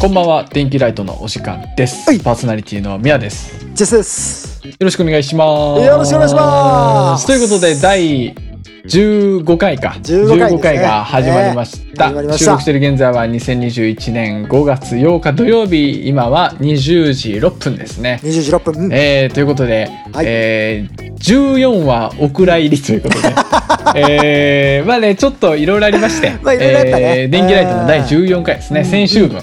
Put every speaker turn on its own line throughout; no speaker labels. こんばんは、電気ライトのお時間です。
はい
パーソナリティのミヤです。よ
ジェスです。
ろしくお願いします。
よろしくお願いします
ということで、第15回か。
15回ですね
が始まりました。
ね始まりました
収録している現在は2021年5月8日土曜日、今は20時6分ですね。
20時6分。
えーということで、
はい
えー14話お蔵入りということ で、えーまあねちょっといろいろありまして、
まあいろいろあったね
えー電気ライトの第14回ですね、
うん
先週分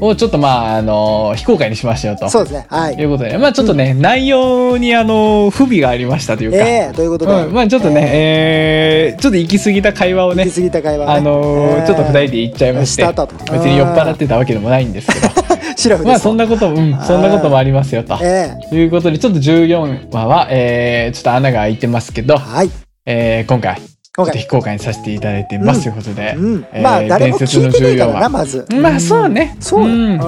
うん。
をちょっとまあ、あの非公開にしましたよと
そうですね。はい
い。うことで、まあ、ちょっとね、内容にあの不備がありましたというか、
ええということで。
うんまあ、ちょっとね、えーちょっと行き過ぎた会話を
行
ね
き過ぎた会話ね。
あの
ええ
ちょっと二人で言っちゃいまして
したと
別に酔っ払ってたわけでもないん ですけど
シラフです。
まあそんなことも、うん、そんなこともありますよと。
え
ということで、ちょっと14話は、えー、ちょっと穴が開いてますけど
え、はい。
えー、今回、ちょ
今
っと
回。
非公開にさせていただいてます、ということで、
うん
え。ー
まあ誰も
伝説
聞
の
いてない
14
からな
話。
まず。
まあ、そうね。
そ
ん
う。うん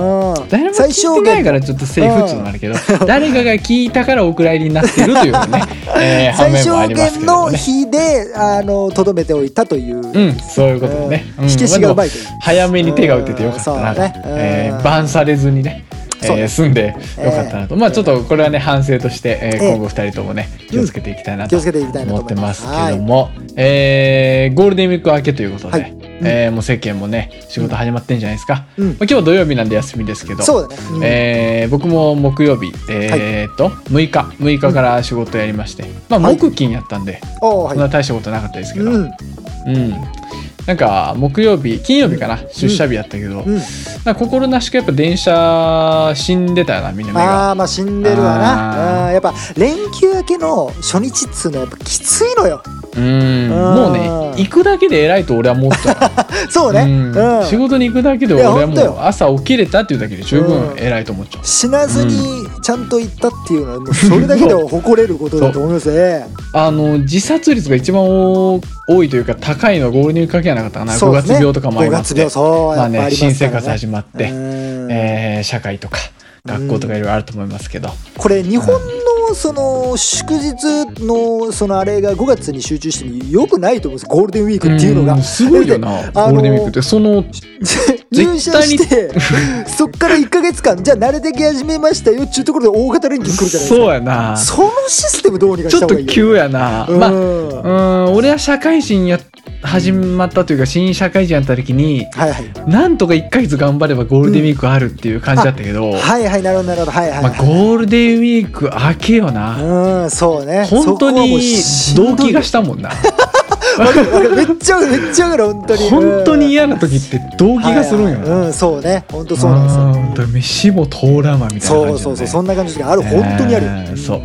誰も聞
最
いて
小
ない
限
からちょっとセーフっていうのもあるけど、誰かが聞いたからお蔵入りになってるというね、 えー、反
最
面もあ
小
りますけれ
限
ども
の
ね。
日であのとどめておいたという。
うん、そういうことでね。
うん
うん
火消しがうまいという
まあでも早めに手が打ててよかったな
うん
と。
そうねうん
えー、バンされずにね。え
そう
ー、
ね
済んでよかったなと、まあちょっとこれはね反省として、えー
ええ
今後二人ともね気をつけていきたいな
気
と
をつけていきたいなと
思っ
思
て
いま。
ますすけども、えーゴールデンウィーク明けということで、
はい
えーもう世間もね仕事始まってんじゃないですか、
うん
まあ、今日は土曜日なんで休みですけど、
そうだねうん
えー僕も木曜日、えーっと6日6日から仕事やりまして、まあ、
はい
木金やったんで、
おお
そんな
はい。
大したことなかったですけど、
うん
うん、なんか木曜日金曜日かな、出社日やったけど、
うん。
なんか心なしくやっぱ電車死んでたよなみんな目が
あーまあ死んでるわ
あー
な。うんやっぱ連休明けの初日っつうのはやっぱきついのよ。
うん
あ
もうね
ー
行くだけで偉いと俺は思ったよ
そうね。
うん
うん
仕事に行くだけで俺
い
は
や
も
本
う
当よ
朝起きれたっていうだけで十分
うん
偉いと思っちゃう、
死なずにちゃんと行ったっていうのはもうそれだけでも誇れることだと思いま すね。
あの自殺率が一番多いというか高いのはゴールデンウィーク明けじゃなかったかな、5
そうで
月
すね
病とかもありまして
五月病そ
ま
うや
あ
っぱ
ね
ありますからね
新生活始まって、
うん
えー社会とか学校とかいろいろあると思いますけど、
これ日本のその祝日のそのあれが5月に集中してもよくないと思うんですゴールデンウィークっていうのが。
んすごいよな、
あの
ゴールデンウィークってその
入社して そっから1か月間じゃあ慣れてき始めましたよっちゅうところで大型連休来るじゃないです
そうやな
かそのシステムどうにか
ち
し
ょ
た
っ
方が
と
いいよ
急やな、まあう
うんは
ん俺は社会人や始まったというか新社会人やった時に
いはい
なんとか1ヶ月頑張ればゴールデンウィークあるっていう感じだったけど、
はいはいなるほどなるほどはいはい
まあ、
はい
ゴールデンウィーク明けよな、
うんそうね
本当に
そこはも
動
うしんどい
悸
よ
がしたもんな
わかるわかるめっちゃわかるめっちゃわかる本当に
本当に
や
嫌な時って動悸がするんよな、
うんそうね本当そうなんです
あー
よ
本当に飯も通らんわみたいな感じだね、
そうそうそうそんな感じがある本当にあるよ
えーそう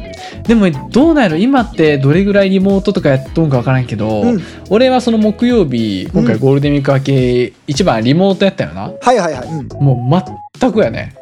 でもどうなんやろ今ってどれぐらいリモートとかやっとんかわからんけど、
うん
俺はその木曜日今回ゴールデンウィーク明け一番リモートやったよな
はいはいはいうん
もう全くやね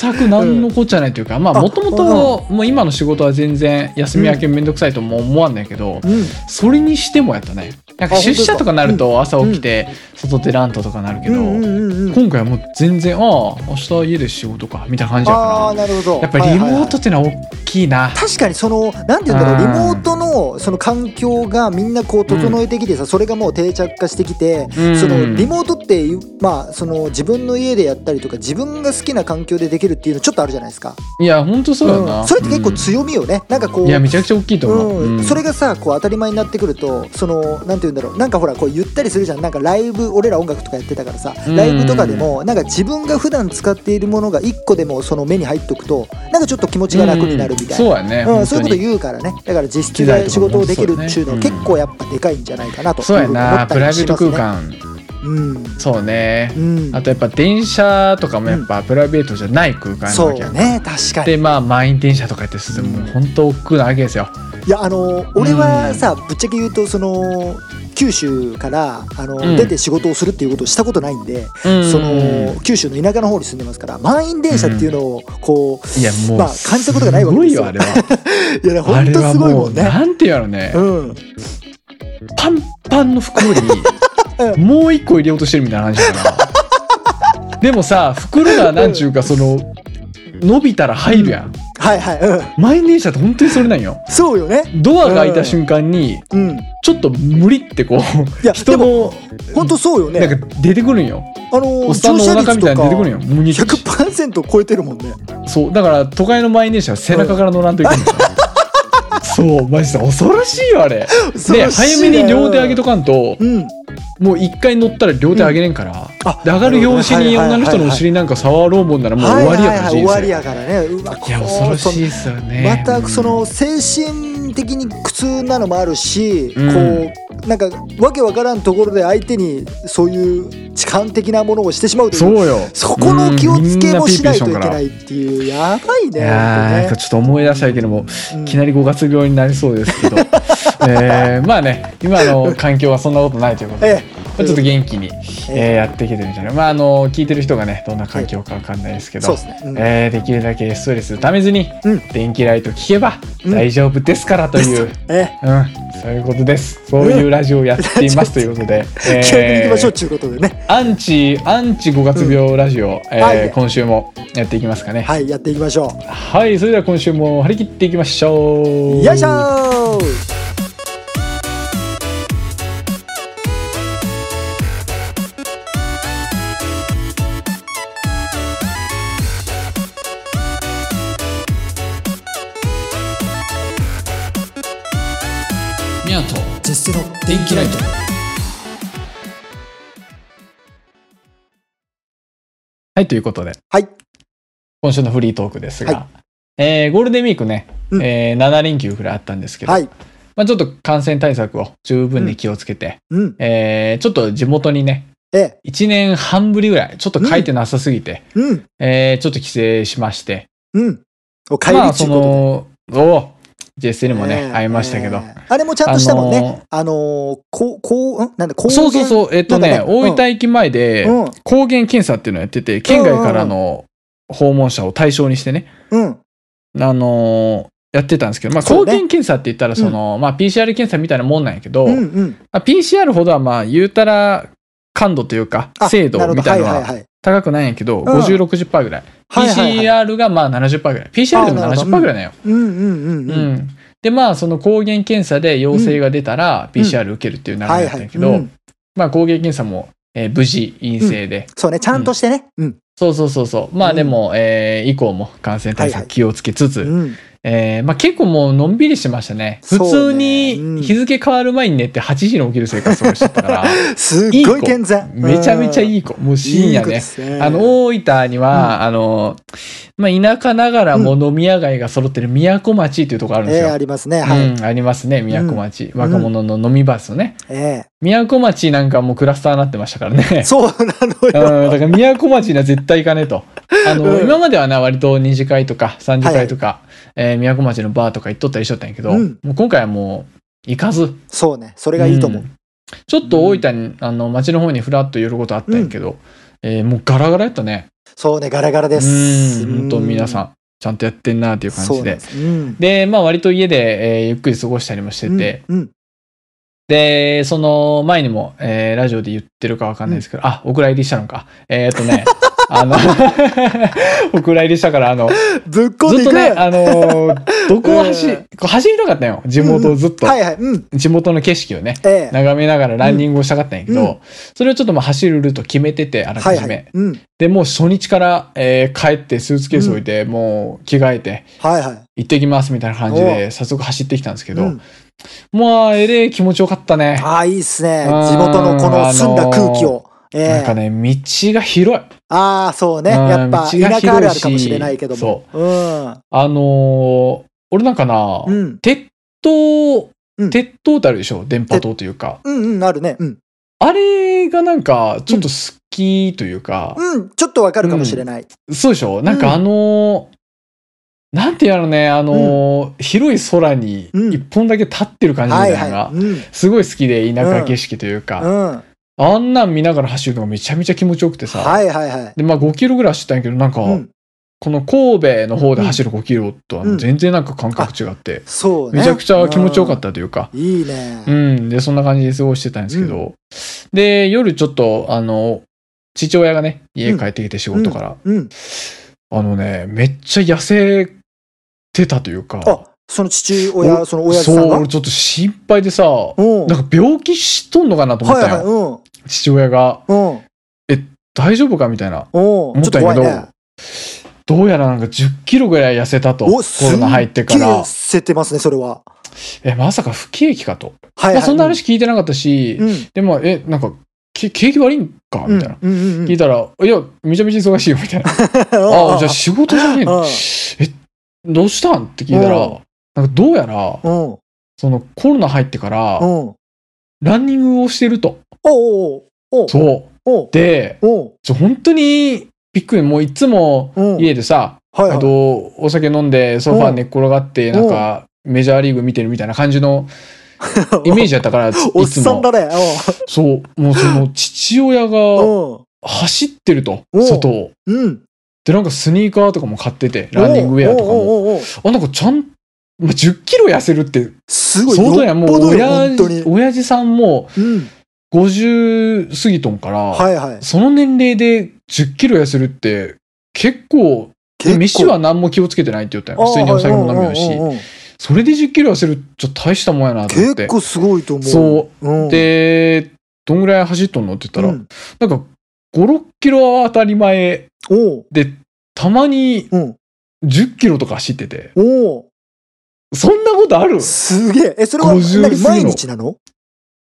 全く何のこっちゃないというか、まあ
あ
もともともう今の仕事は全然休み明けめんどくさいとも思わんねんけど、
うん
それにしてもやったねなんか
あ
出社とかなると朝
当ですか
起きて外出らんととかなるけど、
うんうんうんうん
今回はもう全然ああ明日家で仕事かみたいな感じやから
ああなるほど
やっぱりリモートっ
はいはいはい
てのは大きいな。
確かにそのなんて言うんだろうリ
うん
モートのその環境がみんなこう整えてきてさそれがもう定着化してきて
うん
そのリモートっていうまあその自分の家でやったりとか自分が好きな環境でできるっていうのちょっとあるじゃないですか
いや、本当そうよな。
んそれって結構強みよねなんかこ
うん
う
いや、めちゃくちゃ大きいと思う。
うん
うん
それがさこう当たり前になってくるとそのなんて言うんだろうなんかほらこうゆったりするじゃんなんかライブ俺ら音楽とかやってたからさ
うん
ライブとかでもなんか自分が普段使っているものが1個でもその目に入っとくとなんかちょっと気持ちが楽になるみたいな、
うんそうやね。
うん
本
そう
当
いうこと
に
言うからねだから実質で仕事をできるっていうのは結構やっぱでかいんじゃないかなと
そうやな。プ
い
ラ
う
イ
ふう
ベート空
に思ったりしますね
間。
うん
そうね。
うん
あとやっぱ電車とかもやっぱプライベートじゃない空間な
そ
わ
う
けやん
ね確かに
でまあ満員電車とかやって進むもう本当億劫なわけですよ。
いやあの俺はさぶっちゃけ言うとその九州からあの、
うん
出て仕事をするっていうことをしたことないんで、
うん
その九州の田舎の方に住んでますから満員電車っていうのをこう、
いやもう
まあ感じたことがないわけですよ
すごいよあれは。
いやね
あ
本
れ
当
は
すごい
も
も
うん
ね。
なんて言うやろね
う。ん、
パンパンの袋に
う
もう一個入れようとしてるみたいな話だなでもさ袋がなんちゅうかその伸びたら入るやん、
はいはい、うん、
満員電車って本当にそれなんよ
そうよね
ドアが開いた瞬間に
うん
ちょっと無理ってこう
いや
人の
本当そうよね
なんか出てくるんよ
あの
おっさんのお腹みたいに出てくるんよもうに
100%超えてるもん ね
そうだから都会の満員電車は背中から乗らんといけないんだよそうマジで恐ろしいよあれで早めに両手上げと
か
かんと
うん
もう一回乗ったら両手上げれんから、
あ
で上がる拍子に女の人のお尻なんか触ろうもんならもう終わりやから
はいはいはい終
人
わ
生
り
いや
やからねうわ
恐ろしいですよね
またそ
うん
の精神的に苦痛なのもあるし、
うん
こうなんかわけわからんところで相手にそういう痴漢的なものをしてしまうという
そうよ
そこの気をつけもしないといけ
うんみんピーピーしょんか
な
ら
いっていうやばい
い
ね
やーなんかちょっと思い出したいけども、
うん
いきなり五月病になりそうですけど、 えーまあね今の環境はそんなことないということで、
え
まあちょっと元気に、
え
えーやっていけてるんじゃないまああの聞いてる人がねどんな環境かわかんないですけ
え
ど、
そうですね、うん
えーできるだけストレスためずに、
うん
電気ライト聞けば
うん
大丈夫ですからという、うん
ええ
そういうことですそういうラジオをやっていますということ で、えー
気をにいきましょうっちゅうことでね
アンチアンチ5月病ラジオ、えー
はい
今週もやっていきますかねはい、
はいやっていきましょ
それでは今週も張り切っていきましょ
う
う
よいしょー
みやと
絶世の
電気ライトはいということで
はい
今週のフリートークですが、
は
えーゴールデンウィークね、
うん
えー7連休くらいあったんですけど、
はい
まあ、ちょっと感染対策を十分に気をつけて、
うん
えーちょっと地元にね
ええ
1年半ぶりぐらいちょっと書いてなさすぎて、
うん
えーちょっと帰省しまして
うんお帰り
まあ
っちゅ
そう
ことで
のお JS にもね、
ええ
会いましたけど、
ええあれもちゃんとしたもんね。あのー、こう、こう、んなんだ、抗原
そうそうそうえっとね
なんかねうん
大分駅前で
うん
抗原検査っていうのをやってて県外からの訪問者を対象にしてね
うん。
あのーやってたんですけど、まあ、
そ
抗
うね
原検査って言ったらその、まあ、PCR 検査みたいなもんなんやけど、
うんうん。
まあ、PCR ほどはまあ言うたら感度というか
あ
精度
るほど
みたいなの
はい
は
はい
高くないんやけど、
ん
50、60%ぐらい。
はいはいはい。
PCR がまあ70%ぐらい。PCR でも
あなるほど
70%ぐらいなんよ。
うんうんうん
う
うん。
ん。でまあその抗原検査で陽性が出たら
うん
PCR 受けるっていう流れ
は
だ
い
った
は
んや
い。
けど、
うん
まあ抗原検査も、えー無事陰性で、
そうね、ちゃんとしてね。うん。
そうそうそうそう。まあでも、えー以降も感染対
はいは
策
い
気をつけつつ、
うん。
えーまあ結構もうのんびりしてましたね。普
そう
通
ね
に日付変わる前に寝て8時に起きる生活をしてた から。
すっ
いい
ご
子
い健全。
めちゃめちゃ
い。
いい子。もう深夜
いい子で
ね。
すね。
あの、大分には、あの、まあ、田舎ながらも飲み屋街が揃ってる宮古町というところあるん
え
です
え、
よ。
ありますね。
う
はい。
ん、ありますね、宮古町。若者の飲みバスね。
え
宮古町なんかもうクラスターになってましたからね
え。。そうな
う
のよ。
ん、だから宮古町には絶対行かねえと。あの、
うん
今まではな、割と二次会とか三次会とか、えー宮古町のバーとか行っとったりしとったんやけど、
うん
もう今回はもう行かず。
そうね、それがいいと思う。
んちょっと大分に、あの町の方にふらっと寄ることあったんやけど、えーもうガラガラやったね
そうね、ガラガラです。
うん本当皆さ
ん、
んちゃんとやってんなっていう感
そ
じ
うな
で
んです。うん。
でまあ割と家で、えーゆっくり過ごしたりもしてて、
うんうん。
でその前にも、えーラジオで言ってるかわかんないですけど、あお蔵入りしたのかえーっとね あのお蔵入りしたからあのず
ぶっこんで
っ
い
と
く
ねあのどこを走,、
うん
こう走りたかったよ地元をずっと、
はいはい。うん。
地元の景色をね
ええ。
眺めながらランニングをしたかったんやけど、
うんうん
それをちょっとまあ走るルート決めててあらか
はい
じめ、
はい。うん。
でもう初日から、えー帰ってスーツケース置いて、もう着替えて
はいはい。
行ってきますみたいな感じ
お
で早速走ってきたんですけど、
うん
まあえれえ気持ちよかったね、
ああ、いいっすね。
うん
地元のこの澄んだ空気を。え
なんか
え
ね道が広い
ああ、そうね。
うん
やっ
道
ぱ、
が広いし
田舎あるあるかもしれないけども。うん。
あのー俺なんかな、
うん。
鉄塔
うん
鉄塔ってあるでしょ電波塔というか
うんうん、あるね。うん。
あれがなんかちょっと好きというか、
うん、ちょっとわかるかもしれない。
そうでしょなんかあのーなんてやろね、あのー広い空に
うん
一本だけ立ってる感じみた
はいい
なのが、
はい。うん。
すごい好きで、田舎景色というか、
うん。
あんなん見ながら走るのがめちゃめちゃ気持ちよくてさ、
はいはいはい。
で、まあ5キロぐらい走ったんやけど、なんか、
うん。
この神戸の方で走る5キロとは
うん
全然なんか感覚違って、
そうね。
めちゃくちゃ気持ちよかったというか、
うん。いいね
う。ん、で、そんな感じで過ごしてたんですけど、で、夜ちょっと、あの、父親がね、家帰ってきて仕事から、
うん。
あのね、めっちゃ野生てたというか、
あその父親
お
その親父
そ
さん
う、
が
俺ちょっと心配でさ、
うん
なんか病気しとんのかなと思った
は
よ
い。はいうん
父親が、
うん
大丈夫かみたいな。
うん
思
ちょ
っ
っと
たんや
怖
け
い
ど、
ね
どうやらなんか10キロぐらい痩せたと。コロナ入ってか
すっげえ
ら
痩。せてますねそれは
え、まさか不景気かと。
は
ま
い、は
あ、
い、
そんな話聞いてなかったし、
うん
でも、え、なんか、け景気悪いんか
うん
みたいな。
うんうんうん
聞いたら、いや、めちゃめちゃ忙しいよ、みたいな。あ
あ
あ、じゃあ仕事じゃねえの。え、どうしたんって聞いた
う
ら、なんかどうやら、
うん
そのコロナ入ってから、
うん
ランニングをしてると。
おうおうおう
そう。
おう
で、
おう
ちょ本当にびっくり、もういつも
うん
家でさ、
はいは
あ
い
とお酒飲んでソファー寝っ転がって、
うん
なんかメジャーリーグ見てるみたいな感じのイメージやったから、い
おっ
つ
さん
も。
だね
そう、もうそ の父親
う
が
ん
走ってると、
うん
外を。
うんうん
で、なんかスニーカーとかも買ってて、ランニングウェアとか
おう
も。
おうおうおう
あ、なんかちゃん、まあ、10キロ痩せるって、
すごい
相当や、
よ
も
っぽ
う
どよ
親
本当
父、
に
親父さんも
うん
50過ぎとんから、
はいはい
その年齢で10キロ痩せるって、結構、
結構
飯は何も気をつけてないって言ったよ。普通にお酒も飲むよし
うんう。んうんうん
それで10キロ痩せる、ちょっと大したもんやなと思って
結。構すごいと思う、
そう
うん、
う。で、どんぐらい走っとんのって言ったら、
うん
なんか5、6キロは当たり前
おう
で、たまに
うん
10キロとか走ってて、
お
そんなことある
うすげええそれは
50
何
過ぎの
毎日なの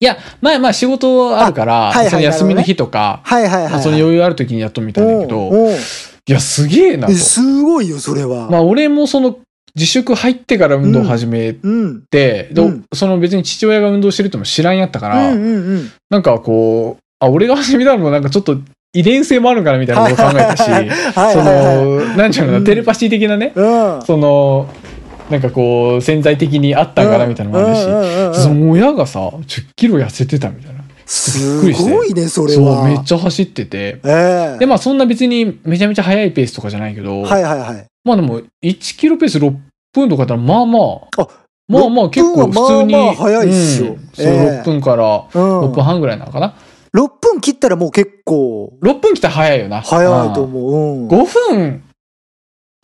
いや、まあまあ仕事あるから、
あはいはい
その休みの日とか、
はいはいはい、
ま
は
あ
い、
その余裕ある時にやっとみたいなんだけ
お
ど、
うおう
いや、すげえなと
え。すごいよそれは、
まあ俺もその自粛入ってから運動始め
うん
て、で
うん
その別に父親が運動してるとも知らんやったから、
うんうんうん
なんかこう、あ、俺が始めたのもなんかちょっと遺伝性もあるんかなみたいなことを考えたし、
はい
そ
はいはい
の、なんちゅうのか
うん
な、テレパシー的なね、
うん
その、なんかこう、潜在的にあったんかなみたいなのもあるし、
うんうんうんうん
その親がさ、10キロ痩せてたみたいな。びっく
す
りして
ごいねそれ
そう、
は
めっちゃ走ってて。
ええ
で、まあそんな別にめちゃめちゃ速いペースとかじゃないけど、
はいはいはい
まあでも1キロペース6分とかだったら、まあまあ、
あ
まあまあ
6分
結
は
構普通に。
まあまあ早いっすよ
うんそう、
ええ
6分から
うん、
6
6,
分
分
半ぐらいなのかな。
切ったらもう結構
6分来たら早いよな。
早いと思う、うん、
5分、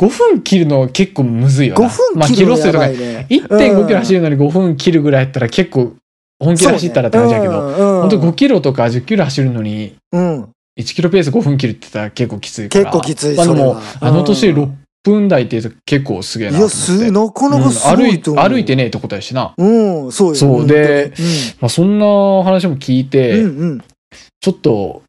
5分切るの結構むずいよな。
5分
まあ、
切
キ
る
ロ
の
数
や
とか
ば、いね、
1.5キロ走るのに5分切るぐらいやったら結構本気で走ったらって感じだけど、
そうねうん
ほんと5キロとか10キロ走るのに
うんうん
1キロペース5分切るって言ったら結構きついから。
結構きつい
まあで
それ
も
は、
あの年で
うん
6分台って結構すげえないと思
や
って。
すなかなかす
うん
ご
歩
い
い
と思う、
歩いてねえとことやしな。
うんそうよ
そうで
本当に
まあ、そんな話も聞いて、
うんうんうん
ちょっと、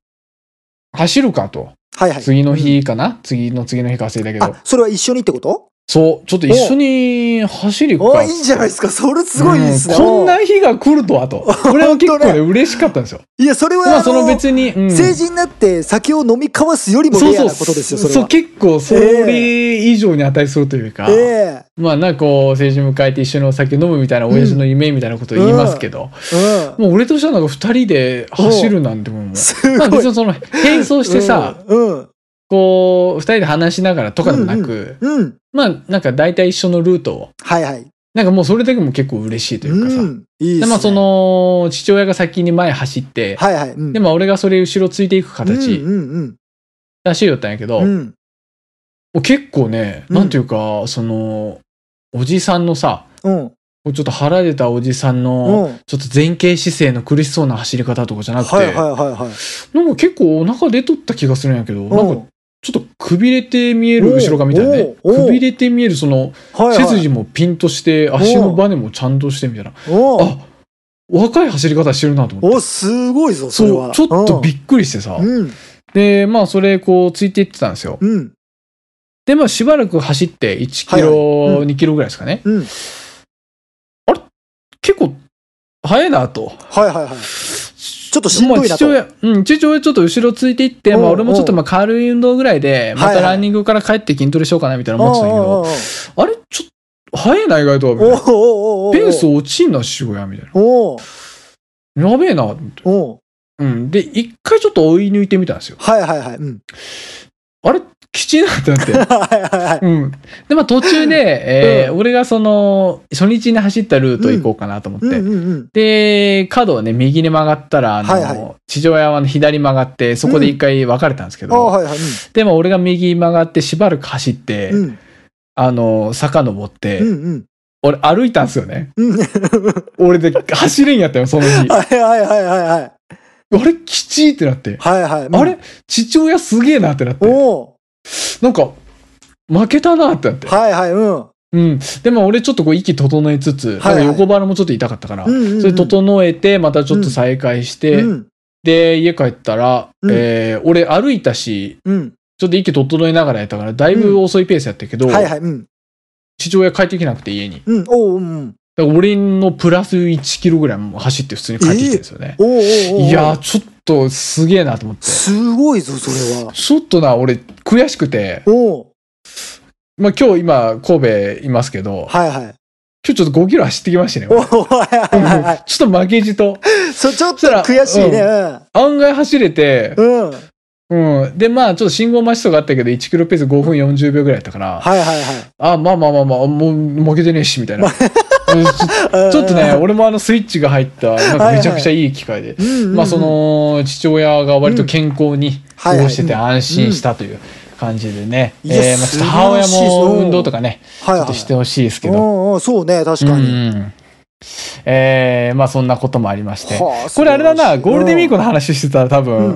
走るかと。
はいはい
次の日かな、次の次の日か忘れたけど
あ。それは一緒にってこと
そう、ちょっと一緒に走り行く
お
か。
いいんじゃないですかそれすごいいいですね、
うんこん
お
な日が来るとはと。これは結構
本当
ね、嬉しかったんですよ。
いやそれは、
まあ、そ
あ
の
の
別に。うん
成人になって酒を飲み交わすよりもレアなことですよそれ
そう、
は
結構、それ以上に値するというか、
え
まあ、なんかこう、成人迎えて一緒にお酒飲むみたいな、親父の夢みたいなことを言いますけど、
えうん
もう俺としてはなんか二人で走るなんてもんもう。
す
まあ、
ごい
別にその、変装してさ、
うんうん
こう、二人で話しながらとかでもなく、
うん
まあ、なんか大体一緒のルートを、
はいはい
なんかもうそれだけでも結構嬉しいというかさ、
うんいいっすね
でまあその父親が先に前走って、
はいはいうん
でまあ俺がそれ後ろついていく
う
形
んうん
らしいよったんやけど、
うんう
も
ん
う結構ね、
うん
なんていうかそのおじさんのさ
うん
こうちょっと腹出たおじさんの、
うん
ちょっと前傾姿勢の苦しそうな走り方とかじゃなくて、
はいはいはいはい
なんか結構お腹出とった気がするんやけど、なんかちょっとくびれて見える後ろがみたいなね
おうおう
くびれて見えるその
うんはい
背
はい
筋もピンとして足のバネもちゃんとしてみたいな
おう
あ若い走り方してるなと思って
おすごいぞそれ
そ
は
うちょっとびっくりしてさ、
うん
で、まあ、それ、こう、ついていってたんですよ。
うん
で、まあ、しばらく走って、1キロ、
はいはいうん
2キロぐらいですかね。
うん
結構、早いなと。
はいはいはいちょっとしんどいなと
まあ父親、うん、父親ちょっと後ろついていって、
おう
まあ、俺もちょっと、まあ、軽い運動ぐらいで、ま
はい
た
はい
ランニングから帰って筋トレしようかな、みたいな
お
思ってたんやけど、あれちょっと、早いな、意外とはみたいな。
うおうおうおうおうおう
ペース落ちんな、父親、みたい
おう
な。やべえな、と思って。
おう
うん。で、一回ちょっと追い抜いてみたんですよ。
はいはいはいうん
あれきちいなってなって。
はいはいはい
うん。で、まあ途中で、えー俺がその、初日に走ったルート行こうかなと思って。
うんうんうん
で、角をね、右に曲がったら、あの、
はいはい
地上屋は左に曲がって、そこで一回別れたんですけ
あ
ど、
はいはい
でも俺が右曲がってしばらく走って、
うんうん
あの、遡って、
うんうん。
俺歩いたんすよね。
うん。
俺で走れんやったよ、その 日。あ
はいはいはいはいはい。
れ、きちいってなって。
はいはい。うん
あれ父親すげえなってなって。
おお
なんか、負けたなってなって。
はいはいうん。
うん。でも俺ちょっとこう息整えつつ、
はいはい
なんか横腹もちょっと痛かったから、
うんうんうん
それ整えて、またちょっと再開して、
うん
で、家帰ったら、
うん
えー俺歩いたし、
うん。
ちょっと息整えながらやったから、だいぶ遅いペースやったけど、
はいはいうん。
父親帰ってきなくて家に。
うん。おううんうん。
だから俺のプラス1キロぐらいも走って普通に帰ってきてるんですよね。
おうおうおうおう
いやー、ちょっとすげえなと思って。
すごいぞ、それは。
ちょっとな、俺悔しくて、
おう
まあ今日今神戸いますけど、
はいはい。
今日ちょっと5キロ走ってきましたね。
おうはいはいはいは
ちょっと負けじと。
い。そちょっと悔しいね。
案外走れて、
うん。うん。はい
うん。で、まあ、ちょっと信号待ちとかあったけど、1キロペース5分40秒ぐらいだったから、
はいはい。
あ、まあまあまあまあ、もう負けてねえし、みたい な。うんち
うん
ょちょっと ね、、俺もあのスイッチが入った、なんかめちゃくちゃいい機会で。
うんうんうん
まあ、そ、の、父親が割と健康に過ごしてて
うん
安心したという感じでね。
いや
えーまあ、ちょっと母親
素晴らしいです
も運動とかね、
はい
ちょ
は
っと
い。
してほしいですけ
う
ど。
んうん、そうね、確か
う
に。
んえーまあ、そんなこともありまして。
はあ
これあれだな、
素晴らしい
ゴールデンウィークの話してたら多分、
うん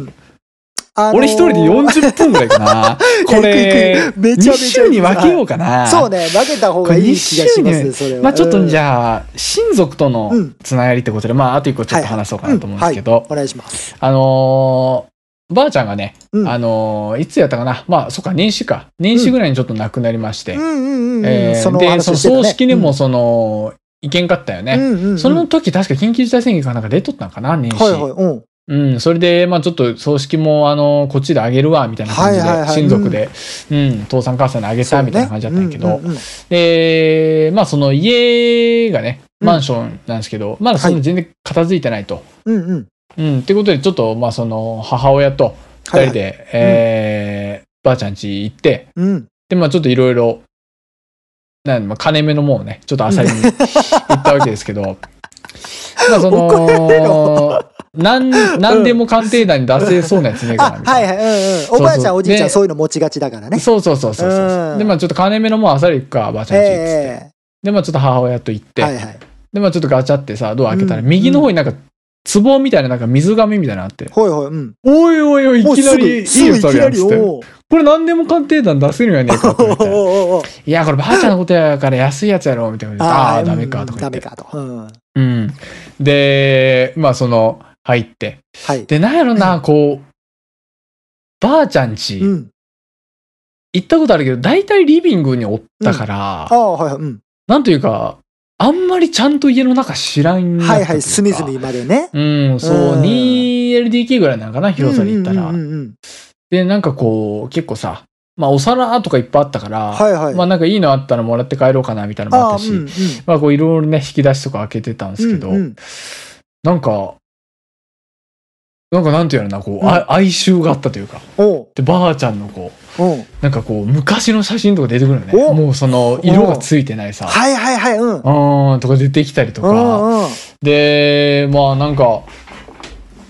あのー
俺一人で40分ぐらいかな。こ
いや
れ
いくい、 くめちゃ
2
めちゃ
週に分けようかな。
そうね、負けた方がいい気がしますね、それは。
まあちょっとじ
ゃ
ゃあ、親族との
うん
つながりってことで、まああと一個ちょっと話そうかなと思うんですけど、
お願いします。
あのーばあちゃんがね、
うん
あのーいつやったかな、まあそっか、年始か。年始ぐらいにちょっと亡くなりまして。
うんうんうんう
え
ん。
ー
の
で、
話
そ
を
の
してたね
葬式にも、その、行けんかったよ
う
ね。
んうんうん
その時確か緊急事態宣言かなんか出とったんかな、年始。
はいはい、うん。
うん、それで、まあちょっと葬式も、あの、こっちであげるわ、みたいな感じで、
はいはいはい
親族で、うん、父さん母さんにあげ
そ
た、
うね
みたいな感じだったんやけど、
うんうんうん
で、まあその家がね、
うん
マンションなんですけど、まだその全然片付いてないと。
うんうん。
うん、ってことで、ちょっと、まあその、母親と二人で、えーばあちゃん家行って、
うん。
で、まあちょっといろいろ、なんまあ、金目のもんをね、ちょっとあさりに行ったわけですけど、 まあその、なん、なんでも鑑定団に出せそうなやつねえかな、
あ
み、た
はいい
な。
はい、うん
そう
うん。おばあちゃん、おじいちゃ
で
ん、そういうの持ちがちだからね。
そうそうそうそうそうう。
ん
で、まあちょっと金目のもんあさり行くか、ばあちゃんちっつって。
え
で、まあちょっと母親と行って、
え。はいはい。
で、まあちょっとガチャってさ、ドア開けたら、
うん
右の方になんか、壺みたいな、なんか水紙みたいなのあって、
ほいほい、うん。
おいおいおい、い
もう
きな
す
り、いい
ぐ、す
よ、
ぐい
そ
き
れや
な
っ
り、
つって。こ
おう
れ何でも鑑定団出せるんやねえかって言われて。
おうおうおう
いや、こればあちゃんのことやから安いやつやろ、みたいな言われて。ああー、ダメか、とか言
ダ
っ
メ
て。
かと。うん。
うん。で、まあその、入って。
はい。
で、なんやろな、こう、ばあちゃんち、
うん。
行ったことあるけど、大体リビングにおったから、
ああ、はいはい、うん。
なんというか、あんまりちゃんと家の中知らんやった
は
とい
いう
か
はい、隅々までね。
うん、そう、
うん
2LDK ぐらいなのかな、広さで言ったら。
うんうんうんうん
で、なんかこう、結構さ、まあお皿とかいっぱいあったから、
はいはい。
まあなんかいいのあったらもらって帰ろうかな、みたいなのもあっ
ああ、
たし、
うんうん。
まあこういろいろね、引き出しとか開けてたんですけど、
うんうん
なんか、なんかなんていうのかな、こう、
うん
あ哀愁があったというか、
おう
で、ばあちゃんのこう、
おう
なんかこう、昔の写真とか出てくるよね。
お
もうその、色がついてないさ、
はいはいはい、うん。うん
うーん、とか出てきたりと
う
か、
んうん。
で、まあなんか、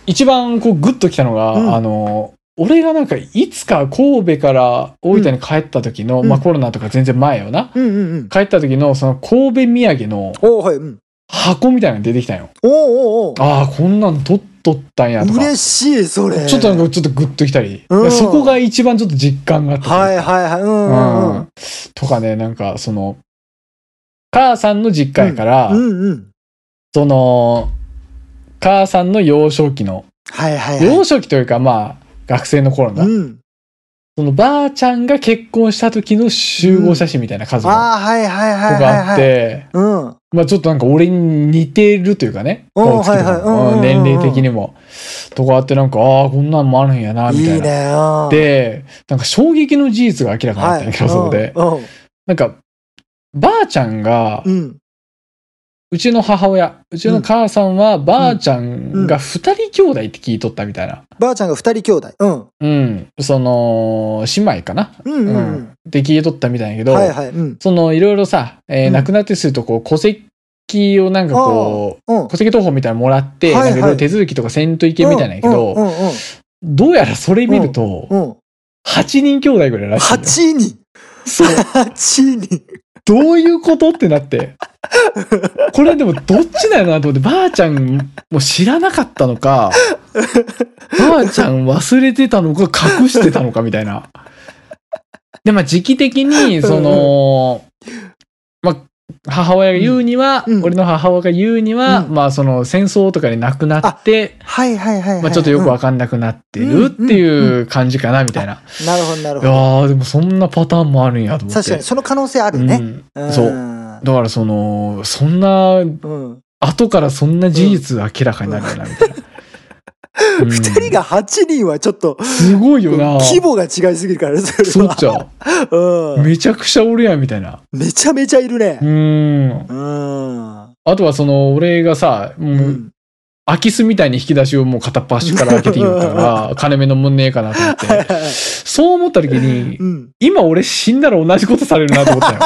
一番こうグッときたのが、
うん
あの、俺がなんかいつか神戸から大分に帰った時の、
うん
まあコロナとか全然前よな。
うんうんうん。
帰った時のその神戸土産の
おうはい、うん。
箱みたいなのが出てきたよ。
おうおうおう
ああ、こんなん取っとったんやとか。
嬉しい、それ。
ちょっとなんかちょっとグッときたり。
うん
そこが一番ちょっと実感があった。
はいはいはい、うんうん
うん。とかね、なんかその、母さんの実家やから、
うん。うんうん。
その、母さんの幼少期の
はいはいはい。
幼少期というかまあ学生の頃の、
うん。
そのばあちゃんが結婚した時の集合写真みたいな家族とか
ああ、はいはいはいはいはい。
あって、
うん。は
まあちょっとなんか俺に似てるというかね、
お
顔
ー
つきとかも
はいはいうんうんう
う
ん
ん年齢的にも。とかあってなんか、ああ、こんなんもあるんやな、み
い
たい
い
な。
ね。うん、
で、なんか衝撃の事実が明らかになったんやけど、そこで。
うんうん
なんか、ばあちゃんが、
うん。
うちの母親、うちの母さんは、ばあちゃんが二人兄弟って聞いとったみたいな。
ばあちゃんが二人兄弟。うん。
うん。その、姉妹かな
うんう
うんん。って聞いとったみたいやけど、
うん。はいはい。うん。
そのいろいろさ、えー
うん
亡くなってするとこう戸籍をなんかこう、
うん。
戸籍謄本みたいなのもらって、
はいは
な
い
んかいろいろ手続きとかせんといけみたいなんやけど、
うんうんうん
どうやらそれ見ると、
うん。うん。
8人兄弟ぐらいらしいよ。
八人
そう。
8人。
どういうことってなって。これでもどっちなのかなと思って、ばあちゃんもう知らなかったのか、ばあちゃん忘れてたのか隠してたのかみたいな。で、まあ時期的に、その、まあ、母親が言うには、
うんうん
俺の母親が言うには、
うん
まあその戦争とかで亡くなって、
はいはいはいはい。
まあちょっとよくわかんなくなってるっていう感じかなみたいな。
なるほどなる
い
ほ
や
ど。
ー、でもそんなパターンもあるんやと思って。
確かに、その可能性あるね。
うん
ん
そうだからその、そんな、
うん。
後からそんな事実明らかになるよな、みたいな。うん
二人が8人はちょっと、
すごいよな。
規模が違いすぎるからね、それ
そう
は
ち。ゃ
う
う。
ん。
めちゃくちゃ俺やん、みたいな。
めちゃめちゃいるね
う。ーん。
うん。
あとはその、俺がさ、もう
うん
空き巣みたいに引き出しをもう片っ端から開けていった から、金目のもんねえかなと思って。そう思った時に、
うん。
今俺死んだら同じことされるなと思った よ。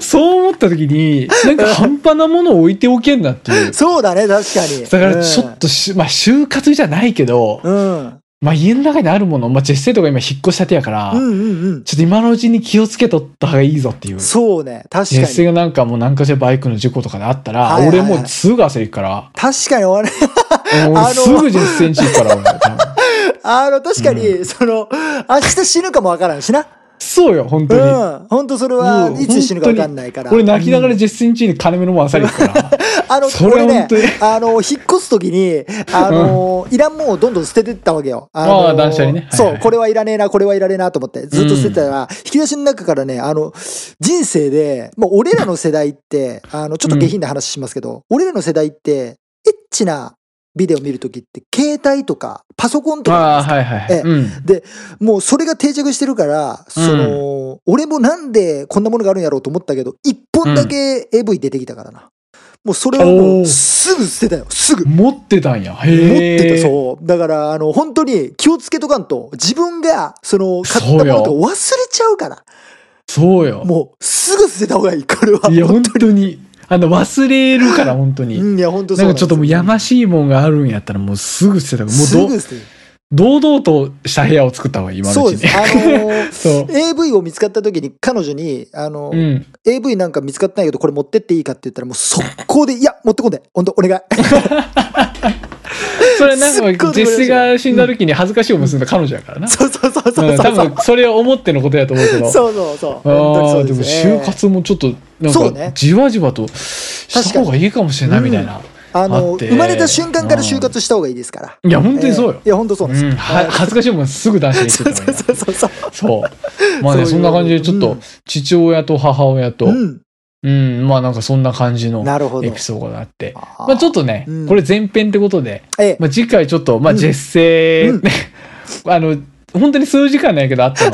そう思った時に、なんか半端なものを置いておけんなっていう。
そうだね、確かに。
だからちょっとし、まあ、就活じゃないけど、
うん。うん。
まあ、家の中にあるもの、まあ、ジェステとか今引っ越したてやから、
うんうんうん。
ちょっと今のうちに気をつけとった方がいいぞっていう。
そうね、確
ジェ
かに
ス。テがなんかもう何かしらバイクの事故とかであったら、
はいはいはい
俺もうすぐ焦り行くから、
確かに、俺
俺
あの
すぐジェステンチ行くから、俺多 分
あの、確かに、
う
その、明日死ぬかもわからんしな。
そうよ、本
う
当に。
ん。本当それは
う、ん
いつ死ぬかわかんないから。
俺泣きなが
う
ら
ん
ジェステンチに金目のもんあさり行くから。
あの、
それは
俺ね
本当に、
あの、引っ越すときに、あの、いらんもんをどんどん捨ててったわけよ。あの
ああ断捨離ねはいはい
そう、これはいらねえな、これはいらねえなと思って、ずっと捨ててたら、引き出しの中からね、あの、人生で、もう俺らの世代って、あの、ちょっと下品な話しますけど、俺らの世代って、エッチなビデオ見るときって、携帯とか、パソコンとか、
ああ、はいはいはい。
ええ
うん。
もうそれが定着してるから、その、俺もなんでこんなものがあるんやろうと思ったけど、一本だけ AV 出てきたからな。もうそれはも
お
う
ー
すぐ捨てたよ。すぐ。持
持ってたんや。へえ。
ってた、そう。だから、あの、本当に気をつけとかんと、自分が、その、買ったもの
そ
とか忘れちゃうから、
そうよ。
もうすぐ捨てた方がいい、 これは。
いや、本当に。あの、忘れるから、本当に。
うん、いや、本当そ
な
う
か
んなん
ち
です
ょ
よ
っともうやましいもんがあるんやったらもうすぐ捨てたから、も
す
う
ぐ捨てる。
ど堂々とした部屋を作った方がいい、今の
そう
うち
で
に。
す。あのー
そう。
AV を見つかった時に彼女に、あのー
うん。
AV なんか見つかってないけどこれ持ってっていいかって言ったらもう速攻で「いや持ってこんで本当お願い」
それな
すっごい
んか、ジェスが死んだ時に恥ずかしい思いするのは彼女やからな。
そうそうそうそううんそ
多
うそう
分、それを思ってのことやと思うけど。
そうそうそう
あ
本
あ、
当
で
に
も
そうですね
就活もちょっと、な
そうんね
か、じわじわとした方がいいかもしれないみたいな。
あの
待って
生まれた瞬間から就活した方がいいですから
いや、本当にそうよ
え。ーいや本当そう
う
なんですよ
ん、は恥ずかしいもんすぐ断捨離して
そ
た方
うそ
が
う
いい
そうそうそう
な。そう。まあね、
そういう
そんな感じで、ちょっ
う
と
ん、
父親と母親と、
うん
うん、まあなんかそんな感じの
なるほど
エピソードがあって。
あー
まあちょっとね、
うん
これ前編ってことで、
ええ
まあ次回ちょっと、まあ
うん
絶世、
うん
ね、 あの、本当に数時間なんやけどあ ったの。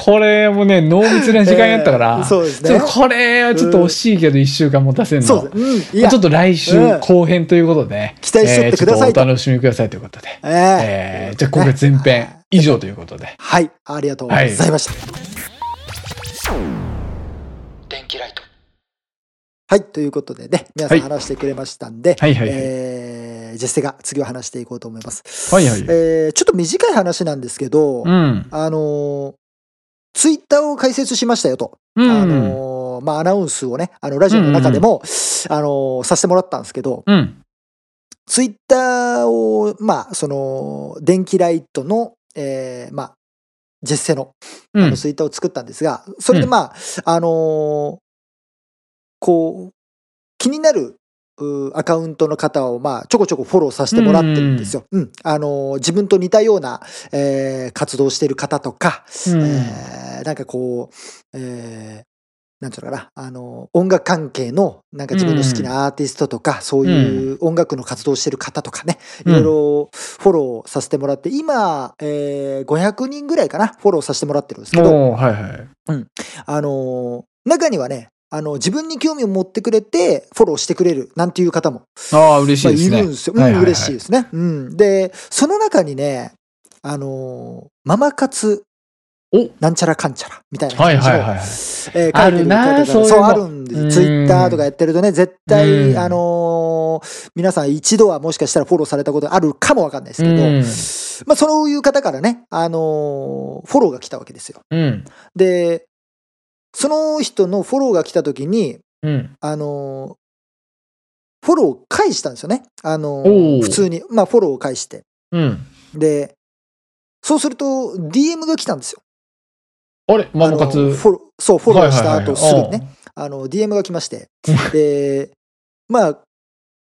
これもね、濃密な時間やったから、
ええそうです
ちょ
ね
っとこれはちょっと惜しいけど一週間持たせんの。
そうですねうんい
ま
や
あちょっと来週
うん
後編ということで、
期待しとってください
えーちょ
と
っとお楽しみくださいということで。
え
え
え
ーじゃあ今回前編以上ということで。
はいありがとうございました
電気ライト
はい、ということでね、皆さん話してくれましたんで、
はいはいはいはい
えージェステが次は話していこうと思います。
はいはい
えーちょっと短い話なんですけ
う
ど、
ん。
あのーツイッターを開設しましたよと、
うん。
あのーまあ、アナウンスをね、あのラジオの中でも、あのーさせてもらったんですけど、
うん。
ツイッターを、まあ、その、電気ライトの、えーまあ、ジェステの
う
あ
ん
の。ツイッターを作ったんですが、それで
うん
まあ、あのーこう、気になる、うーアカウントの方を、まあ、ちょこちょこフォローさせてもらってるんですよ。うん。あのー自分と似たような、えー活動してる方とか、
うん
えーなんかこう、えーなんていうのかな、あのー音楽関係の、なんか自分の好きなアーティストとか、そういう音楽の活動してる方とかね、いろいろフォローさせてもらって、今、えー500人ぐらいかな、フォローさせてもらってるんですけど、
おーはいはい。
あのー中にはね、あの、自分に興味を持ってくれて、フォローしてくれるなんていう方も、
ああ、嬉し
ま
い
あ、
で
い
す
る
ね。
んですよ。
はいは
う
い
ん、
はい
嬉しいですね。うん。で、その中にね、あのーママ活、
お
なんちゃらかんちゃら、みたいな
は
感
い
じの、
はいはいはい。
えー書
あ
いてる
る
方
な
々が
あそういうの
そう、あるんです
う
よ。
ん
ツイッターとかやってるとね、絶対、
うん
あのー皆さん一度はもしかしたらフォローされたことあるかもわかんないですけど、まあ、そういう方からね、あのーフォローが来たわけですよ。
うん。
で、その人のフォローが来た時に、
うん。
あのーフォローを返したんですよね。あのー
おー
普通に、まあ、フォローを返して。
うん。
で、そうすると、DM が来たんですよ。
あれマモカ
あの
ツ。
フォローそう、フォローした後すぐ
はいはいはい
ね、。あの、DM が来 まして、で、まあ、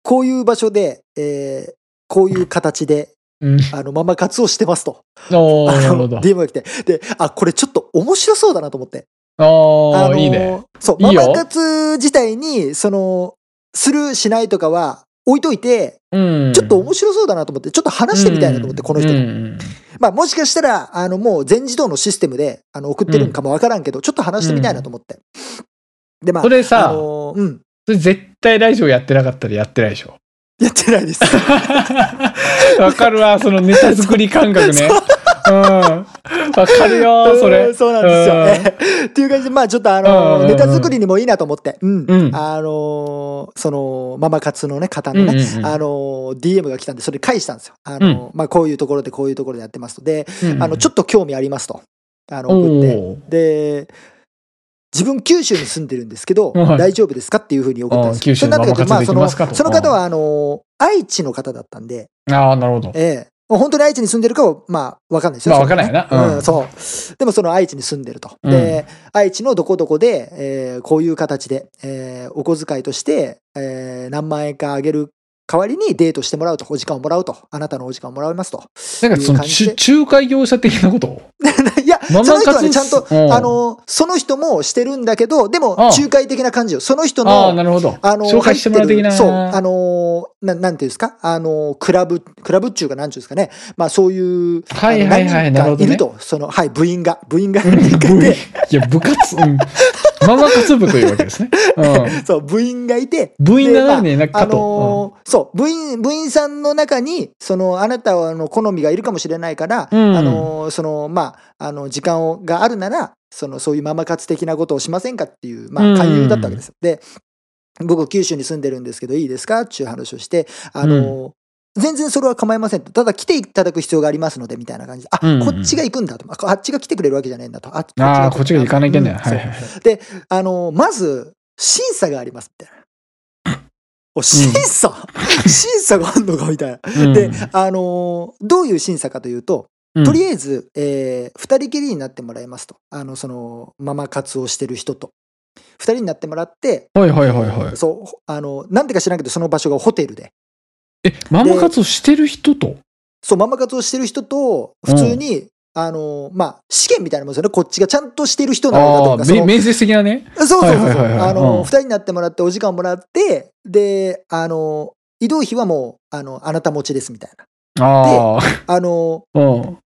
こういう場所で、えーこういう形で、
うん。
あの、ママ活をしてますと。
おー、
あ
なるほ
の、
ど。
DM が来て。で、あ、これちょっと面白そうだなと思って。
あ
あの
ー、いいね。。
そう、
い
マ
いよ
マ活自体に、その、する、しないとかは置いといて、
うん。
ちょっと面白そうだなと思って、ちょっと話してみたいなと思って、
うん
この人
う
に。
ん
まあ、もしかしたら、あの、もう全自動のシステムで、あの、送ってるんかもわからんけど、ちょっと話してみたいなと思って。で、まあ
そ、れ
あ
さ、
のーうん、
それ絶対ラジオやってなかったらやってないでしょ。
やってないです。
わかるわ、そのネタ作り感覚 ね。うん。わかるよ、それ
うん。そうなんです よ。っていう感じで、まあちょっとあ
うんうんう
の、
ん
ネタ作りにもいいなと思って、うん
うん
あのー、その、ママ活のね、方のね、
うんうんうん
あのー、DM が来たんで、それ返したんですよ。あのー、まあこういうところでこういうところでやってますと。で、あの、ちょ
っ
っと興味ありますと。あの、
お
送って。
おー。
で、自分九州に住んでるんですけど、
はい
大丈夫ですかっていうふうに送ったんです
あー九州の
それなんだけど
ママ活
そ
でき
の、
ますかと
その方はあのー、愛知の方だったんで、
ああ、なるほど。
ええ。もう本当に愛知に住んでるかは、まあ、わかんないですよ。
まあ
それはね
わかんないなうん
うん、そう。でもその愛知に住んでると。で、愛知のどこどこで、えーこういう形で、えーお小遣いとして、えー何万円かあげる代わりにデートしてもらうと、お時間をもらうと、あなたのお時間をもらいますと。
なんかその
いう感じで
ちゅ仲介業者的なこと
いや、そ
ママ
の人はね、ち
活
ゃんと、
うん
あの、その人もしてるんだけど、でも、
ああ
仲介的な感じよ。その人
ああ、
の
な、るほど。
あの、
紹介してもらう的な。
入ってるそう、あの、ななんていうんですか、あの、クラブ、クラブっていうか、なんていうんですかね、まあそういう、
はいはいはい
あの
なるほ
何
どね
人かいると、その、はい、部員が、部員が何人かいて、
いや、部活、うん。ママ活部というわけですね。う
そう、部員がいて、
ん。部員が
でまあ
何人な
あ
かと。
のーそう、部員、部員さんの中に、その、あなたはあの好みがいるかもしれないから、
うん
あのーその、まあ、あの、時間をがあるなら、その、そういうママ活的なことをしませんかっていう、ま
うん
あ、勧誘だったわけですよ。で、僕、九州に住んでるんですけど、いいですかっていう話をして、あのー全然それは構いませんと。ただ来ていただく必要がありますので、みたいな感じで。あ、
うんうん
こっちが行くんだと。あこあっちが来てくれるわけじゃねえんだと。あ、こ
うんああ、こっちが行かなきゃいけない。
うん
はい
そう
はいはい。
あの、まず、審査があります、みたいな。お、審 査、審査があんのかみたいな。
うん
で、あの、どういう審査かというと、
うん
とりあえず、えー二人きりになってもらいますと。あの、その、ママ活をしてる人と。二人になってもらって、
はいはいはいはい。
そう、あの、なんてか知らんけど、その場所がホテルで。
え、ママ活をしてる人と
そう、ママ活をしてる人と、普通に、あの、まあ、試験みたいなもんですよね。こっちがちゃんとしてる人なの
あ
かと
あ
か、
ー、
そ
め
の
面接的なね。
そうそうそうそ
はい
う。
はいはいはい
あの、
うん
二人になってもらって、お時間をもらって、で、あの、移動費はもう、あの、あなた持ちですみたいな。
ああ。
あの、
うん。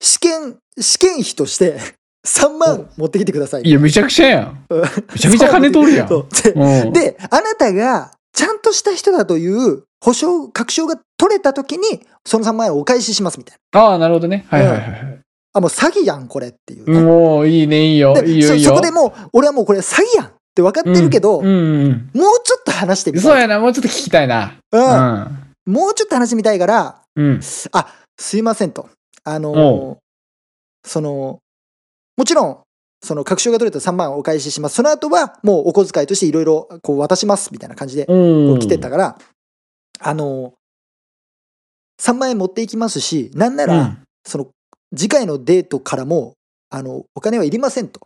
試験、試験費として、3万持ってきてください。
いや、めちゃくちゃやん。
うん
めちゃめちゃ金通るやん。
そううで
ん、
で、あなたが、ちゃんとした人だという、保証、確証が取れたときに、その3万円をお返ししますみたいな。
ああ、なるほどね。はいはいはいはい。
あ、もう詐欺やん、これっていうね、
もういいね、いいよ、
で
いいよ、
そ
いい
そ
よ。
こでもう、俺はもうこれ詐欺やんって分かってるけど、
うんうん
もうちょっと話して
うん。
み
そう
たい。
やな、もうちょっと聞きたいな。
うん
う
もうちょっと話してみたいから、
ん。うん。
あ、すいませんと。あの
お
その、もちろん、その、確証が取れた3万お返しします。その後は、もうお小遣いとしていろいろ、こう、渡します、みたいな感じで、こ
う。
うん来てたから、あの3万円持っていきますし、なんなら、
うん
その、次回のデートからも、あの、お金はいりませんと。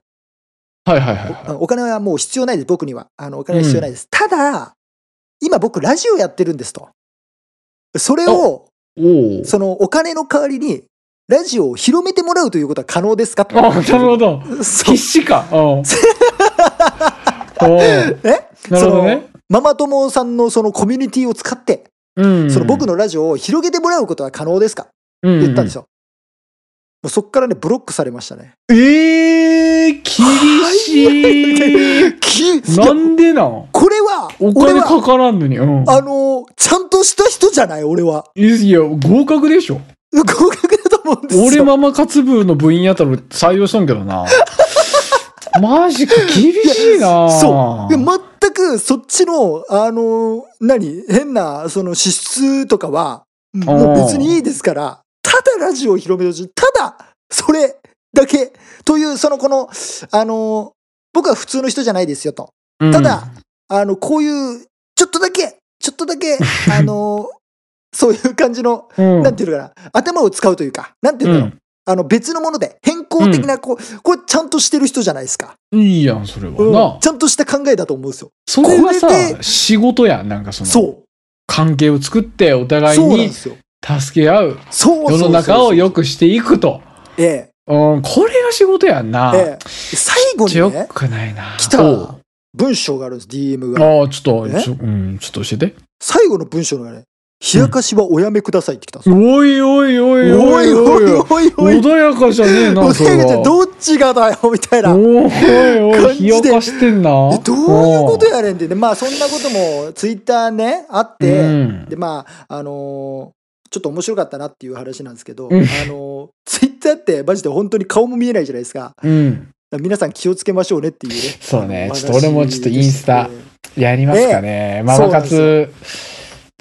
はいはいはい
あ
は
のお金はもう必要ないです、僕には。あの、お金は必要ないです。ただ、今僕、ラジオやってるんですと。それを、
い。おお。
そのお金の代わりに、ラジオを広めてもらうということは可能ですか
ああ、なるほど。
そ
必
う
死か。 うん。おお。
え
なるほどね
そのママ友さんのそのコミュニティを使って、
うん。
その僕のラジオを広げてもらうことは可能ですかって
うん、
言ったんです
よ。
よ。もうそっからね、ブロックされましたね。
ええー、厳し
き
い。 なんでなん
これは、
お
俺
金か
は、
からんのに。うん。
あのー、ちゃんとした人じゃない、俺は。
いや、合格でしょ。
合格だと思うんですよ。
俺ママ活部の部員やったら採用したんけど な。マジか、厳しいな
そう。で
う。
全くそっちの、あの、何変な、その支出とかは、もう別にいいですから、ただラジオを広めてほしい。ただ、それだけ。という、そのこの、あの、僕は普通の人じゃないですよと。
うん
ただ、あの、こういう、ちょっとだけ、ちょっとだ け、あの、そういう感じの、
うん
なんていうのかな、頭を使うというか、なんていううの、
ん。
あの、別のもので、変更的な、こう、これちゃんとしてる人じゃないですか。
いいやん、それは
うん
な。
ちゃんとした考えだと思うんですよ。
それはさ
これ、で
仕事やん。なんかその、
そ
関係を作ってお
う。
互い
そうなん
に
ですよ。
助け合う。
そうそう
世
そうそ
の
う
中を良くしていくと。
え
うん、これが仕事やん
え。え
な。
え。最後に
よ
ね、
くないな。
来た
おう
文章があるんです、DM が。
ああ、ちょっと、
え
ちょうん、ちょっと教えて。
最後の文章がね、冷やかしはおやめくださいって来たんですよ。
おいおいおい
お
お
い
い
お
お
い
い
おいおい。
穏やかじゃねえな、そ
穏
れ
やかじゃ
は。
どっちがだよみたいな。
おいおい、
感じ
冷
で
やかしてんな。
えどういうことやれんってね、まあそんなこともツイッターね、あっ
う
て、
ん
でまあ、あのーちょっと面白かったなっていう話なんですけど、
うん
あのーツイッターってマジで本当に顔も見えないじゃないですか。
うん。
皆さん気をつけましょうねっていうね。
そうね
あの
ちょっと俺もちょっとインスタ
お話でして
やりますかね。ママ活、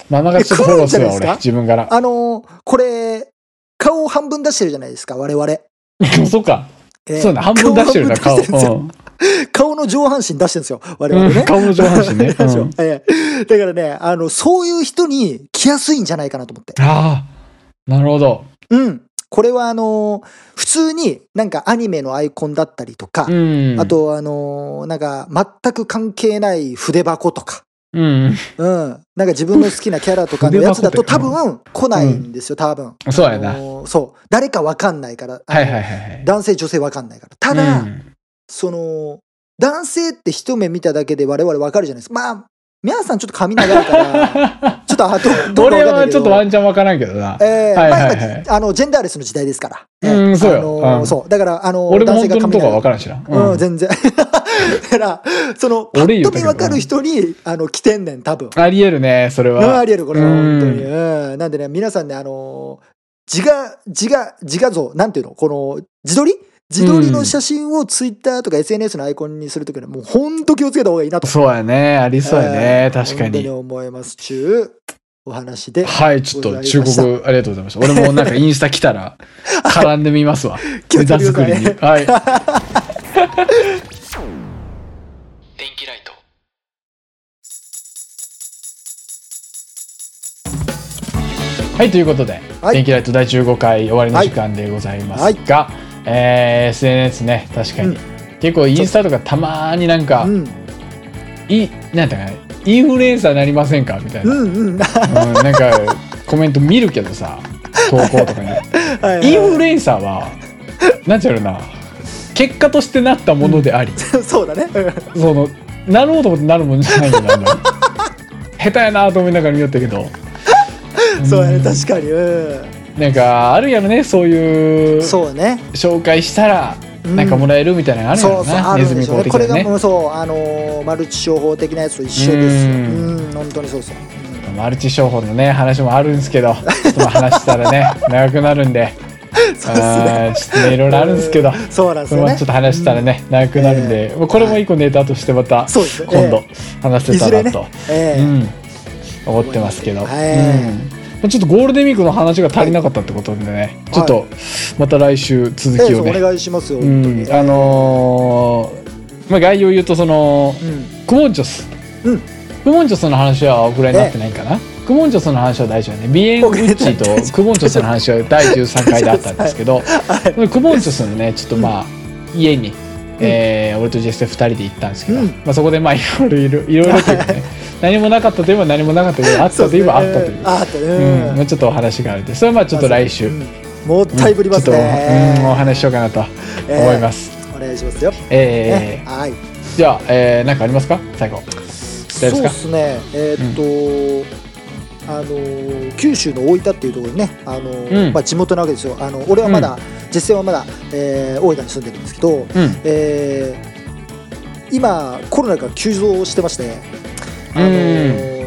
ママ活ちょっとフォローするわ、
え来るん
俺
じゃない。です
自分から。
あのーこれ、顔を半分出してるじゃないですか、我々。え
そうか。
え
そうだ、半分出してるな、
顔
顔。
半分出してるんですよ
うん
顔の上半身出してるんですよ、我々
うん
ね。
顔の上半身 ね。
でしょ
うん
ええだからね、あの、そういう人に来やすいんじゃないかなと思って。
ああ、なるほど。
うん。これはあのー普通になんかアニメのアイコンだったりとか、
うん。
あ、とあのーなんか全く関係ない筆箱とか、
うん。
うん。なんか自分の好きなキャラとかのやつだと
筆
多
箱って
分来ないんですよ、多分。
そうやな
あのーそう。誰かわかんないから。あの
はいはいはいはい。
男性、女性わかんないから。ただ、
うん
その、男性って一目見ただけで我々わかるじゃないですか。まあ、皆さんちょっと髪長い から、ちょっとあと、どうか
俺
わかんない
は
け
ち
ど
ょっとワンチャンわからんけどな。
えー
はい
ま
は
あ
いはい
今あのジェンダーレスの時代ですから。
うん
ね
そうよ
あの
うん
そう。だから、あの、
俺も本当のとこはわ
分
からんしな。
うん、全然。 だから、その、パ
俺
ッ
言
と
うたけ
見
ど
分かる人に、あの、来てんねん、多分。
ありえるね、それ
うんあ
は。
りえる、これ、
うん
本当に。うん。なんでね、皆さんね、あの、自画、自画、自画像、なんていうのこの、自撮り自撮りの写真をツイッターとか SNS のアイコンにするときには、もう本当気をつけた方がいいなと。
そうやね、ありそうや
え
ね、
ー
確か
本当に
に。
思います。中、お話で、
はい、ちょっと忠告ありがとうございました。俺もなんかインスタ来た ら絡んでみますわ。
気をつけてくだ
作
さい
り
ね
に。はい。
電気ライト
はい、ということで、
はい
電気ライト第15回終わりの時間でございますが、えー SNS ね、確かに。
うん
結構インスタとかたまーになんか、
うん。
いなんていうかね、インフルエンサーになりませんかみたいうな、うん
んうん。
なんかコメント見るけどさ、投稿とかに。
はいはい
インフルエンサーは、なんちゃうのかな、結果としてなったものであり、
そうだね。
その、なろうと思ってなるもんじゃないんだよな。下手やなと思いながら見よったけど。
そうだね、
ん
確かに。う、
なんか、あるやろね、そういうん
そうね。
紹介したら
うん
なんかもらえるみたいなのあるや
そ
ろ
うそう、
な、
あ
ネ
る
ズ
んで
ミ
しょ
法
うね。
的
これ
な
が
ね
もうそう、あのーマルチ商法的なやつと一緒ですよ。
うん
うん、本当にそうですよ。うん
マルチ商法のね話もあるんですけどちょっとまあ話したらね長くなるんで
そうですね。
あーちょっとねいろいろあるんですけど
うそうなんで
こ
す
れ
よ
は
ね。
ちょっと話したらね長くなるんでもうこれも一個ネタとしてまた
そうですね
今度話
い
せ
ず
た
れ
ら
ね
と、。
ええ
うん思ってますけど、
はい
うんちょっとゴールデンウィークの話が足りなかったってことでね、ちょっとまた来週続
ええ
き
そ
を
うお
ね、
願いしますよ。
う
本当に
ん、あのーまあ、概要を言うとその、
うん
クモンチョス、
うん
クモンチョスの話はぐらいになってないかな、クモンチョスの話は大丈夫ねビエンウッチ
大丈
とクモンチョスの話は第13回であったんですけど、クモンチョスのねちょっとまあ、家に、えー俺とジェスで2人で行ったんですけど、
うん
まあ、そこでまあいろいろいろいろいろという かね何もなかったといえば何もなかったというかあったといえばあったという
あったとい
うん
う
まあ、ちょっとお話があるんでそれはまあちょっと来週、
うんもったいぶります
うんちょっとうんお
ね。
話ししようかなと思います。
お願いしますよ。
え
ねはい。
ーじゃあ、えー、なんかありますか最後。
そ
丈
う
夫で
ですね、えーっと、あのー九州の大分っていうところにね、あのー
うん
まあ、地元なわけですよ、あの俺はまだ、実際はまだ、えー大分に住んでるんですけど、
うん。
えー今、コロナが急増してまして、あのー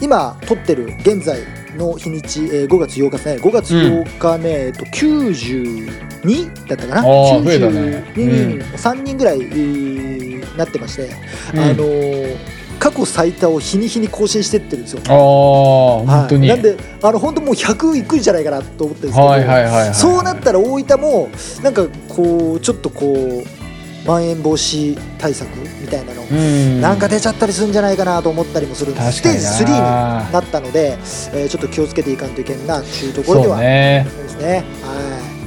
今、撮ってる現在の日にち、えー5月8日ですね、5月8日ね、えーっと92だったかな、
あー増えたね
92
うん
3人ぐらい、えーなってまして。
うん
あのー過去最多を日に日に更新してってるんですよ。
ああ、本当に。
はい、なんであの本当もう100いくんじゃないかなと思ってるんですけど、
はいはいはいはい。
そうなったら大分もなんかこうちょっとこうまん延防止対策みたいなの、
うん。
なんか出ちゃったりするんじゃないかなと思ったりもするんです
確
ス
か
テー
に
ジ
な
3になったので、えーちょっと気をつけていかんといけんなっていうところで
そう
はあ
ね。
りますね。は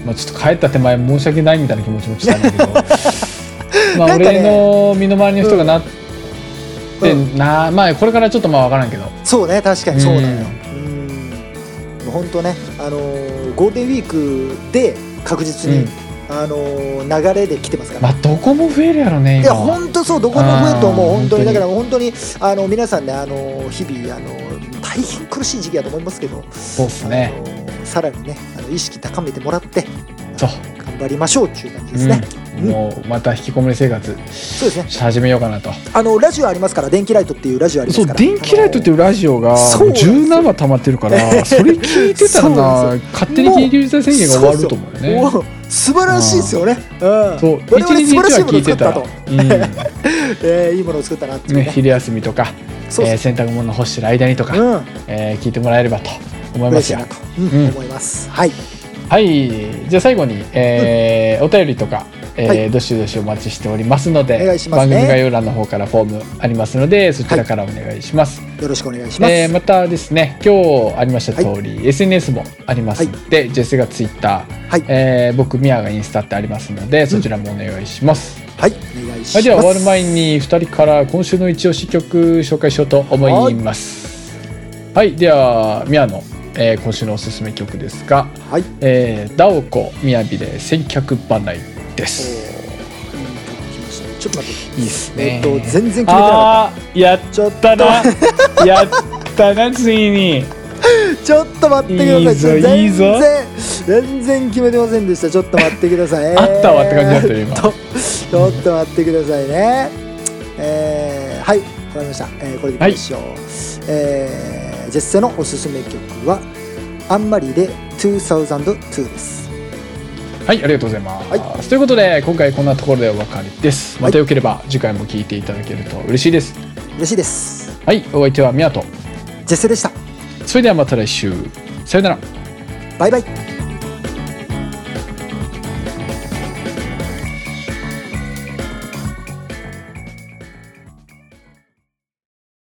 まあ、ちょっと帰った手前申し訳ないみたいな気持ちもちょっとあるんだけど まあ
なんかね
俺の身の回りの人がなっ
い
て、
うん
なまあこれからちょっとまあ分からんけど
そうね確かにそうなのよ。うん本当ね、あのーゴールデンウィークで確実に、
うん
あのー流れで来てますか
ま
ら、
あどこも増えるやろね
いや
今は
本当そうどこも増えると思う
あー本
本当に
当に
だから本当にあの皆さんねあの日々あの大変苦しい時期だと思いますけど、
そうっすね
あのさらにねあの意識高めてもらって
そう
頑張りましょうっていう感じですね、
うんもうまた引きこもり生活
そうですね
始めようかなと
あのラジオありますから電気ライトっていうラジオありま
そ
す
う
から
電気ライトっていうラジオが
そうなんですよ
17話溜まってるからそれ聞いてたら
そうな
な勝手に緊急事態宣言が終わると思うよ
も
ね
う素晴らしいですよねうん
そう
我々
一日
素晴
一
らしい
話
も
聞
のを
い
作
て
ったた
ら
とえーいいものを作ったなって
う
い
ん
う
ね
ね
昼休みとか
そう
え
で
ー
す
洗濯物干してる間にとか
うん
えー聞いてもらえればと思いま
嬉
す
しい
よ
なと、うん
うん
思いますはい
はいじゃあ最後に、えーお便りとか、えー
はい
どしどしお待ちしておりますの
お願
で
いしますね
番組概要欄の方からフォームありますのでそちらからお願いします、
よろしくお願いし
ま
ます、
えーまたですね今日ありました通り、SNS もありますので、ジェスが Twitter、
はい
えー僕ミアがインスタってありますのでそちらもお願いします、
はい、お願いし
は
ま
い
す。
では終わる前に2人から今週の一押し曲紹介しようと思いますはいではミアの、えー今週のおすすめ曲ですが
はい、
えー、ダオコみやびで千客払いで
お
す。
ーいい曲来ましたねちょっと待って。
いいっす
え
ね
っ。と、全然決めてなかっ。
あーやった
ちょった と、
な。やったなついに。
ちょっと待ってくださ
い
い。
いぞ
全然
いいぞ
全然決めてませんでした。ちょっと待ってください。
あったわって感じだったよ
えー
今
とちょっと待ってくださいね。えー、はい、わかりました。えー、これでいきましょう。えー、ジェッセのおすすめ曲は、あんまりで2002です。
はいありがとうございます。
は
ということで今回こんなところでお別れです。またよければ次回も聞いていただけると嬉しいです。
嬉しいです。
はいお相手はみやと。
ジェッセでした。
それではまた来週。さよなら。
バイバイ。